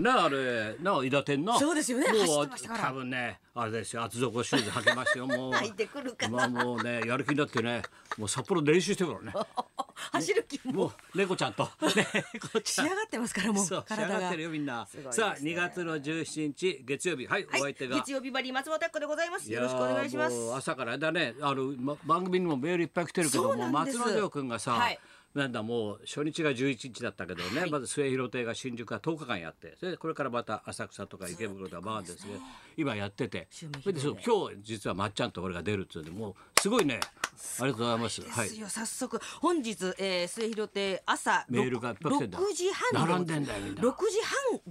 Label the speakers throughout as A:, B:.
A: ねあれなあ伊達天な
B: そうですよね走
A: も
B: っ
A: う
B: てましたから
A: 多分ねあれですよ厚底シューズ履けますよもう
B: 履いてくるかな
A: まあもうねやる気になってねもう札幌で練習してるからね
B: 走る気も
A: もう猫ちゃんと猫ち
B: 仕
A: ゃ
B: 上
A: ん
B: がってますからもう
A: そう仕上
B: 体
A: がっ
B: が
A: てるよみんな、
B: すごいですね
A: さあ2月の17日月曜日はい、
B: は
A: お
B: い
A: 相手が
B: 月曜日バリー松本子でございますよろしくお
A: やー
B: 願いします
A: もう朝からだねあの、ま、番組にもメールいっぱい来てるけども
B: そうなんで
A: 松
B: す
A: 之丞君がさ、
B: はい
A: なんだもう初日が11日だったけどね、まず末広亭が新宿が10日間やってそれでこれからまた浅草とか池袋とかバーンですね今やってて
B: 趣味
A: それでそう今日実はまっちゃんと俺が出るっていうのでもうすごいねありがとうございます。は
B: で
A: い
B: すよ早速本日、えー、末広亭朝
A: メールがいっぱい来てんだ
B: 6時半
A: 並んでんだよみんな
B: 6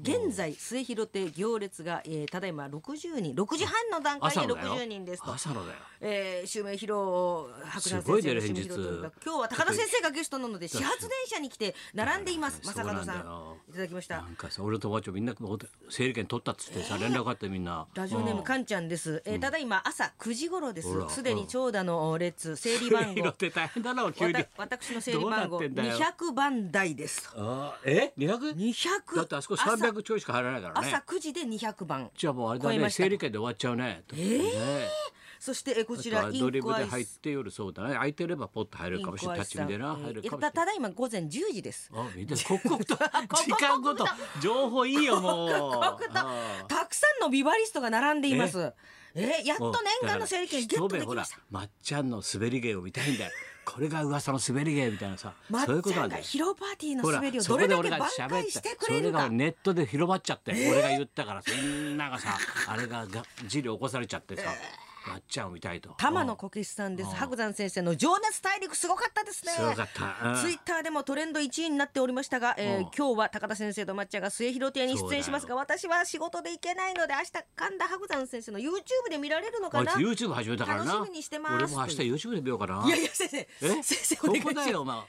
B: 時半現在末広亭行列が、えー、ただいま60人6時半の段階で
A: 朝のだよ
B: 60人ですと
A: 朝のだよ
B: えー、襲名披露白山
A: すごい
B: 先
A: ね
B: 生の襲
A: 連
B: 名披露
A: 日
B: というか今日は高田先生がゲストなので始発電車に来て並んでいます
A: そう
B: 正門さ
A: なん
B: ん
A: だよ
B: いただきました
A: なんかさ俺の友達もみんなもう整理券取ったっつってさ連絡あってみんな
B: ラジオネー
A: う
B: ム
A: ん
B: かんちゃんです。えーただいま朝9時頃で
A: ほら
B: す。すでに長蛇の列整理番号
A: 拾っ。て大変だな急
B: わ
A: に
B: た私の整理番
A: どうな
B: 号
A: ってんだよ
B: 200番台です。
A: あーえ二百？
B: 200
A: だってあそこ三百ちょいしか入らないから
B: 朝
A: ね
B: 朝。9時で200番。
A: じゃあもうあれだ
B: 超え
A: ね
B: ました
A: 整理券で終わっちゃうね。ええ
B: そしてえーこちら
A: ア
B: イ
A: ドリ
B: ン
A: ブ
B: コア
A: で
B: イ
A: 入っ
B: ス。
A: て夜そうだね空いてればポッと入れ
B: イ
A: る
B: ン
A: かもしれ
B: コ
A: ない
B: アイ
A: 立
B: ス
A: ち
B: さ
A: 見
B: ん。え
A: でな入る
B: ー
A: かもしれな
B: た
A: い。
B: ただいま午前10時です。
A: あみんな刻々と時間ごと情報いいよもう。
B: 刻々と
A: あー
B: たくさんのビバリストが並んでいます。えーやっ
A: も
B: と
A: う
B: 念願の整理券ゲットで
A: だか
B: き
A: ら
B: ま
A: 一
B: し
A: 目ほ
B: た。
A: らまっちゃんの滑り芸を見たいんだよ。これが噂の滑り芸みたいなさ、
B: まっ
A: そういうこ
B: ち
A: となん
B: ゃん
A: だ
B: が
A: よ。
B: 披露パーティーの
A: ほら
B: 滑りを
A: そ
B: ど
A: こ
B: れ
A: で
B: だけ
A: 俺が
B: 挽
A: 喋っ
B: 回
A: て
B: してく
A: そ
B: れ
A: れ
B: る
A: が
B: か。
A: ネットで広まっちゃって、俺が言ったからみんながさあれががじり起こされちゃってさ、なっちゃんを見たいと
B: 玉野こけしさんです。白山先生の情熱大陸すごかったですね。
A: すごかったうん
B: ツイッターでもトレンド1位になっておりましたが、えー
A: うん
B: 今日は高田先生と抹茶が末広亭に出演しますが、私は仕事で行けないので明日神田白山先生の YouTube で見られるの
A: あ
B: か
A: いつ
B: な。
A: YouTube 始めたからな
B: 楽しみにしてます
A: 俺も明日 YouTube で見ようかない
B: やいや先生、
A: え
B: 先生お願いし
A: ここ
B: ま
A: だ
B: す。
A: よ、お前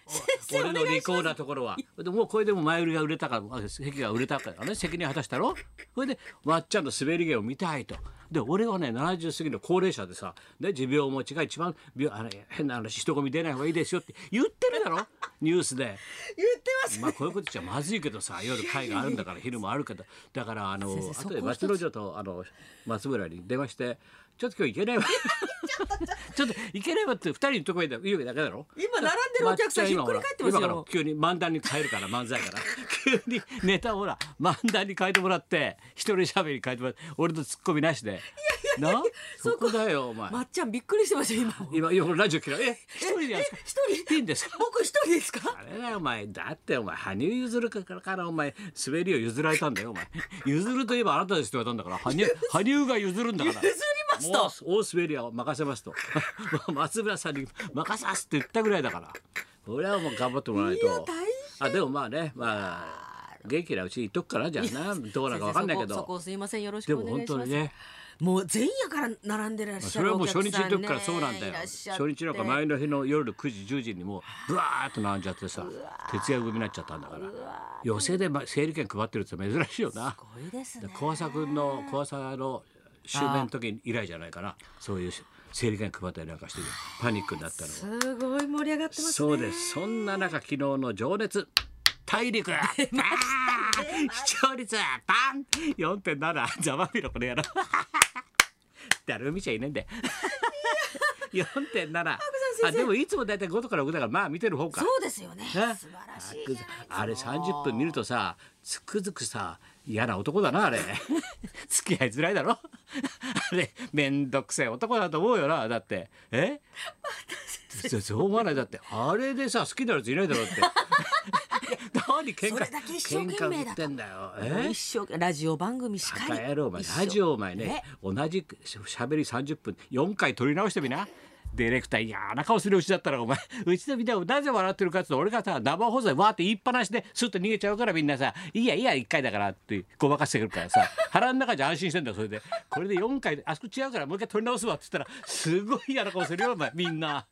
B: 生
A: 俺
B: お
A: の
B: 願いします
A: 利口なところはでもうこれでも前売りが売れたからあ席が売れたからね責任果たしたろそれでまっちゃんの滑り芸を見たいとで俺はね70過ぎの高齢者でさ、ね、持病持ちが一番病あの変な話人混み出ない方がいいですよって言ってるだろニュースで。
B: 言ってます。
A: まあこういうことじゃまずいけどさ夜会があるんだから昼もあるけどだからあの
B: 先生
A: 後で
B: そこ一
A: 松
B: つ
A: 之丞とあの松村に電話して「ちょっと今日行けない わ」ちょっと行けないわって二人のとこへ行けだけだろ
B: 今並んでるお客
A: 松ち
B: さん
A: ゃ今
B: ひっくり返ってます
A: ほ
B: よ
A: ら今から急に漫談に変えるから漫才 から急にネタをほら漫談に変えてもらって一人喋りに変えてもらって俺のツッコミなしでなそこだよお前
B: まっちゃんびっくりしてました今。
A: 今今ラジオ聞いてえ一人でやるん
B: え
A: ですか
B: 一人
A: いいんですか
B: 僕一人ですか。
A: あれだよお前だってお前羽生結弦からお前滑りを譲られたんだよお前 譲るといえばあなたですって言われたんだから 羽生羽生が譲るんだから
B: 譲りました
A: もう大滑りは任せますと 松村さんに任せますって言ったぐらいだからこれはもう頑張ってもらわないと
B: いや大変
A: あでもまあねまあ元気なうちにいっとくからじゃあなどうなるかわかんないけ
B: 先生そこそ
A: ど
B: こすいませんよろし
A: で
B: くお
A: も本
B: 願いしま
A: 当
B: す。
A: にね
B: もう前夜から並んでらっし
A: そ
B: ゃ
A: れ
B: る
A: は
B: お
A: もう
B: 客
A: 初
B: さん、ね、
A: 日の時からそうなんだよ、
B: いらっしゃって
A: 初日なんか前の日の夜9時10時にもうブワーッと並んじゃってさ徹夜組になっちゃったんだから寄席でま整理券配ってるって珍しいよな
B: すごいですね
A: 小朝君の小朝の襲名の時以来じゃないかなそういう整理券配ったりなんかしてるパニックになったのは
B: すごい盛り上がってますね
A: そうですそんな中昨日の情熱大 陸バーン視聴率パン4.7ざまみろこ の野郎誰も見ちゃいねえんだよ4.7あでもいつも大体5とから6だからまあ見てる方か
B: そうですよね素晴
A: ね
B: らしいじゃない
A: あれ30分見るとさつくづくさ嫌な男だなあれ 付き合いづらいだろ あれめんどくせえ男だと思うよなだってえそうそう思わないだってあれでさ好きになるやついないだろう って 何喧
B: そ
A: 嘩
B: れだけ一生
A: 喧
B: 懸
A: 嘩
B: 命
A: 売
B: だ
A: っ
B: と
A: てんだよ
B: もう
A: え
B: 一生懸命ラジオ番組しか
A: バ
B: り
A: カ野郎お前
B: 一生
A: ラジオお前ね同じしゃべり30分4回撮り直してみなディレクター嫌な顔するうちだったらお前 うちのみんなをなぜ笑ってるかって言うと俺がさ生放送でわーって言いっぱなしでスッと逃げちゃうからみんなさ「いいやいいや1回だから」ってごまかしてくるからさ 腹の中じゃ安心してんだよそれでこれで4回あそこ違うからもう一回撮り直すわって言ったらすごい嫌な顔するよお前みんな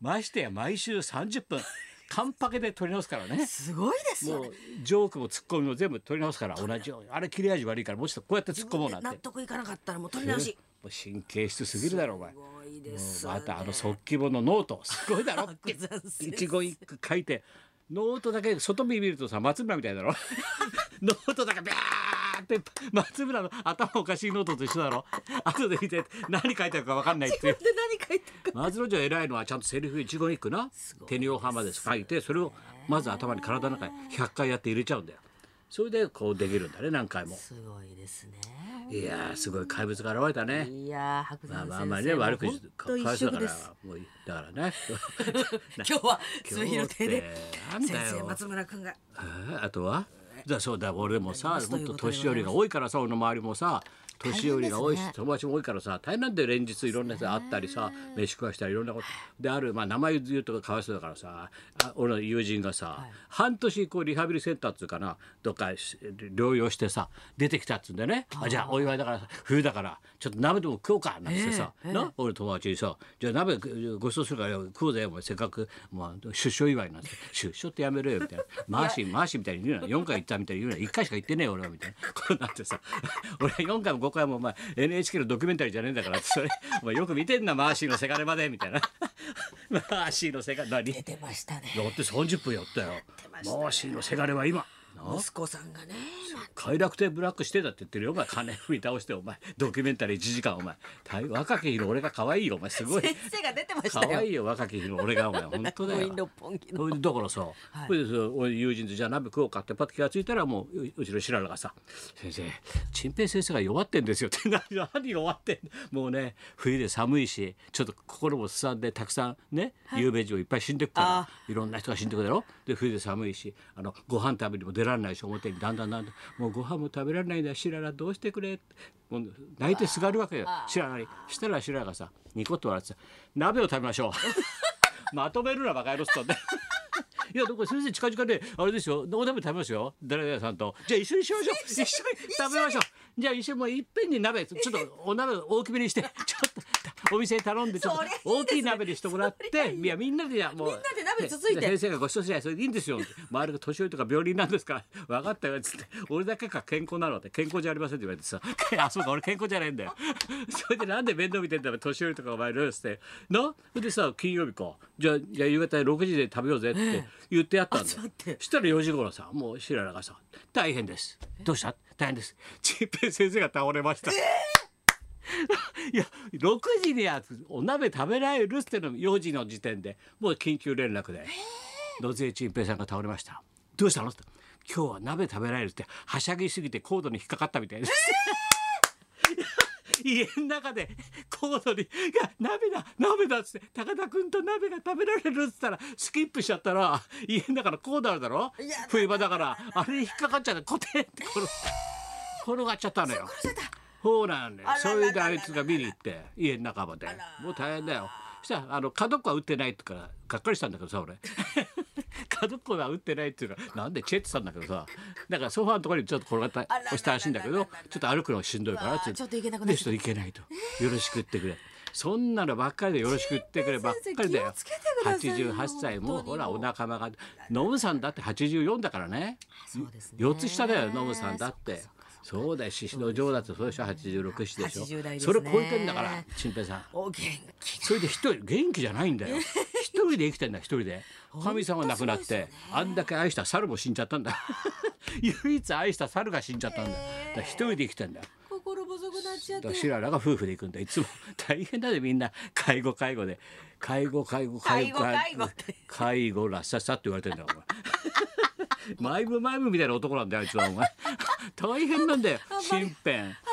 A: ましてや毎週30分カンパケで撮り直すからね
B: すごいですよ
A: も
B: ね
A: うジョークもツッコミも全部取り直すから同じようにあれ切れ味悪いからもうちょっとこうやって突っ込もうなんて
B: 納得いかなかったらもう取り直し
A: もう神経質すぎるだろお前
B: すごいですね
A: またあの即記本のノートすごいだろ
B: 白山先生
A: 一言一句書いてノートだけ外見見るとさ松村みたいだ ろノートだけビャーって松村の頭おかしいノートと一緒だろ後で見て何書いてあるか分かんないっていう
B: で何書いて るか
A: 松之丞偉いのはちゃんとセリフ一言一句な
B: ごい
A: 手にお浜で書いてそれをまず頭に体の中に100回やって入れちゃうんだよそれでこうできるんだね何回も
B: すごいですね
A: いやーすごい怪物が現れたね
B: いやー白
A: まあ
B: 山
A: まああ
B: 先
A: んまりね
B: 生
A: 悪
B: も
A: く
B: 本当
A: わ
B: 一
A: いそうだか
B: 色で
A: ら
B: す
A: もうだからね
B: 今日は末
A: 今
B: 広
A: 日
B: 亭
A: って
B: で
A: なん
B: 先
A: だ
B: 生
A: よ
B: 松村君が
A: えーあとはだそうだ俺もさ
B: なります
A: もっ
B: という
A: と
B: ことで
A: 年寄りが多いからさ俺の周りもさ
B: 変で
A: 年
B: すね
A: 寄りが多いし、友達も多いからさ大変なんだよ連日いろんな人あったりさ飯食わしたりいろんなことである、まあ、名前言うとかわいそうだからさあ俺の友人がさ、半年こうリハビリセンターっつうかなどっかし療養してさ出てきたっつうんでねあじゃあお祝いだからさ冬だからちょっと鍋でも食おうかなんつってさ、な俺の友達にさじゃあ鍋ごちそうするからよ食おうぜお前せっかく、まあ、出所祝いなんて出所ってやめろよみたいなマーシーマーシーみたいに言うな4回行ったみたいに言うな1回しか行ってねえよ俺はみたいなこうなってさ俺は4回も5回もお前 NHK のドキュメンタリーじゃねえんだからってそれお前よく見てんなマーシーのせがれまでみたいなマーシーのせが何
B: 出てましたね
A: だって30分やったよ
B: ましたね
A: マーシーのせがれは今な
B: 息子さんがね
A: 快楽亭ブラックしてたって言ってるよお前金振り倒してお前ドキュメンタリー1時間お前大若き日の俺が可愛いよお前すごい
B: 先生が出てました
A: 可
B: よ
A: 愛いよ若き日の俺が お前本当だ
B: コイ
A: よ
B: ン。六本木
A: そ
B: の
A: れでだからさ、それでさ俺友人とじゃあ鍋食おうかってパッと気が付いたらもうううちの白良がさ「先生チンペイ先生が弱ってんですよ」ってな何弱ってんのもうね冬で寒いしちょっと心もすさんでたくさんね有名人もいっぱい死んでくから
B: あ
A: いろんな人が死んでくだろで冬で寒いしあのご飯食べにも出られないし表にだんだんだんだんもうご飯も食べられないんだ白良どうしてくれってもう泣いてすがるわけよ白良にしたら白良がさニコッと笑ってさ「鍋を食べましょう」 まとめるなバカ野郎っつったんだ よいやでもこれ先生近々であれですよお鍋食べますよ誰々さんとじゃあ一緒にしましょう一緒に食べましょうじゃあ一緒にもういっぺんに鍋ちょっとお鍋大きめにしてちょっとお店に頼んでちょっと
B: それいいですね
A: 大きい鍋にしてもらっていやみんなでじゃあもうみん
B: なで鍋つついて
A: 先生がごちそうしないそれでいいんですよ周りが年寄りとか病人なんですから 分かったよっつって俺だけか健康なのって健康じゃありませんって言われてさ あそうか俺健康じゃないんだよ それでなんで面倒見てんだよ年寄りとかお前のっつってなそれでさ金曜日かじゃあじゃあ夕方6時で食べようぜって言ってやったんだ
B: ちょっと
A: よ
B: 待って
A: したら4時頃さもう白良がさ「大変ですどうした大変ですちっぺい先生が倒れました」 いや6時にはお鍋食べられるっつっての4時の時点でもう緊急連絡で野津江陳平さんが倒れましたどうしたのって今日は鍋食べられるってはしゃぎすぎてコードに引っかかったみたいです、家の中でコードに「いや鍋だ鍋だ」っつって「高田君と鍋が食べられる」っつったらスキップしちゃったら家の中のコードあるだろ
B: いや
A: 冬場だからあれに引っかかっちゃってコテンって転転がっちゃったのよ。そうなんだよ
B: あら。ら
A: そ
B: ら
A: れであいつが見に行って家の中までもう大変だよ。そしたらあの角っこは打ってないって言うからがっかりしたんだけどさ俺角っこは打ってないっていうからなんでチェってたんだけどさだからソファーのところにちょっと転がった
B: あらららら
A: 押したらしいんだけどちょっと歩くのがしんどいから
B: うわーちょっと行けなくなっ
A: で
B: ちゃ
A: ちょっ
B: った
A: と行けないとよろしく言ってくれそんなのばっかりでよろしく言ってくればっかりだよ
B: 先生気をつけてくださいよ
A: 88歳もう
B: 本当にもう
A: ほらお仲間がノブさんだって84だからね
B: そうですね
A: 四つ下だよノブさんだってそうだよ獅子の城だってそうでしょ86子でしょ
B: 80代です
A: そ
B: ね
A: れ超えてんだから陳平さん
B: お元気
A: それで一人元気じゃないん だよ一人で生きてんだ一人で神様亡くなっ
B: 本当そう
A: て、あんだけ愛した猿も死んじゃったんだ 唯一愛した猿が死んじゃったんだ,、だから一人で生きてんだよ
B: 心細くなっちゃっ
A: だから
B: て
A: シララが夫婦で行くんだいつも大変だねみんな介護介護で介護介護
B: 介護介護って
A: 介護らっしゃっしゃって言われてんだよお前マイムマイムみたいな男なんだよあいつはお前大変なんだよ身辺
B: は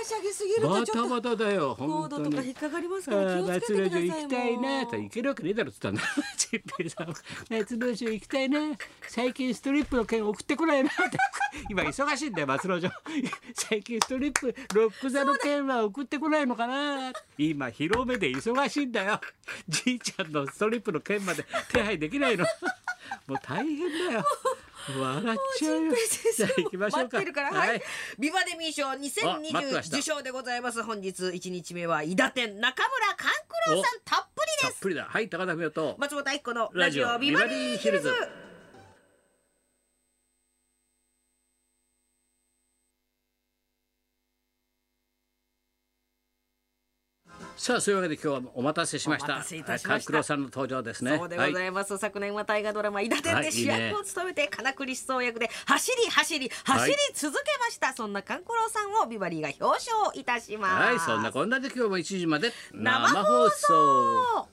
B: しゃぎすぎると
A: バ
B: ちょ
A: タ
B: っと
A: バタだよ
B: コー
A: 本当
B: ドとか引
A: に
B: っ。かかります
A: あ
B: から気
A: ー
B: をつ
A: 夏
B: け
A: 路
B: てくださ
A: 上
B: い
A: 行きたいなと
B: もう
A: 行けるわけねえだろっつったんだチッピーさん 夏路上行きたいな最近ストリップの件送ってこないなって 今忙しいんだよ松之丞 最近ストリップロック座の件は送ってこないのかな今広めで忙しいんだよじいちゃんのストリップの件まで 手配できないのもう大変だよ笑っちゃうよじゃあ行きましょ
B: 待
A: う
B: っ
A: か
B: てるからはい、ビバデミー賞
A: あ待ってま
B: 2020
A: した
B: 受賞でございます本日一日目は伊達店中村勘九郎さんたっぷり
A: た
B: で
A: っ
B: す
A: ぷりだはい高田文夫と
B: 松本明子のラジオビバリーヒルズ
A: さあそういうわけで今日はお待たせしました
B: お待たせいたしました
A: 勘九郎さんの登場ですね
B: そうでございます、昨年は大河ドラマ「伊達天」
A: はい
B: で
A: いい
B: 主
A: ね
B: 役を務めて金栗思想役で走り走り走り続けました、そんな勘九郎さんをビバリーが表彰いたします
A: はい、はい、そんなこんなで今日も1時まで
B: 生放送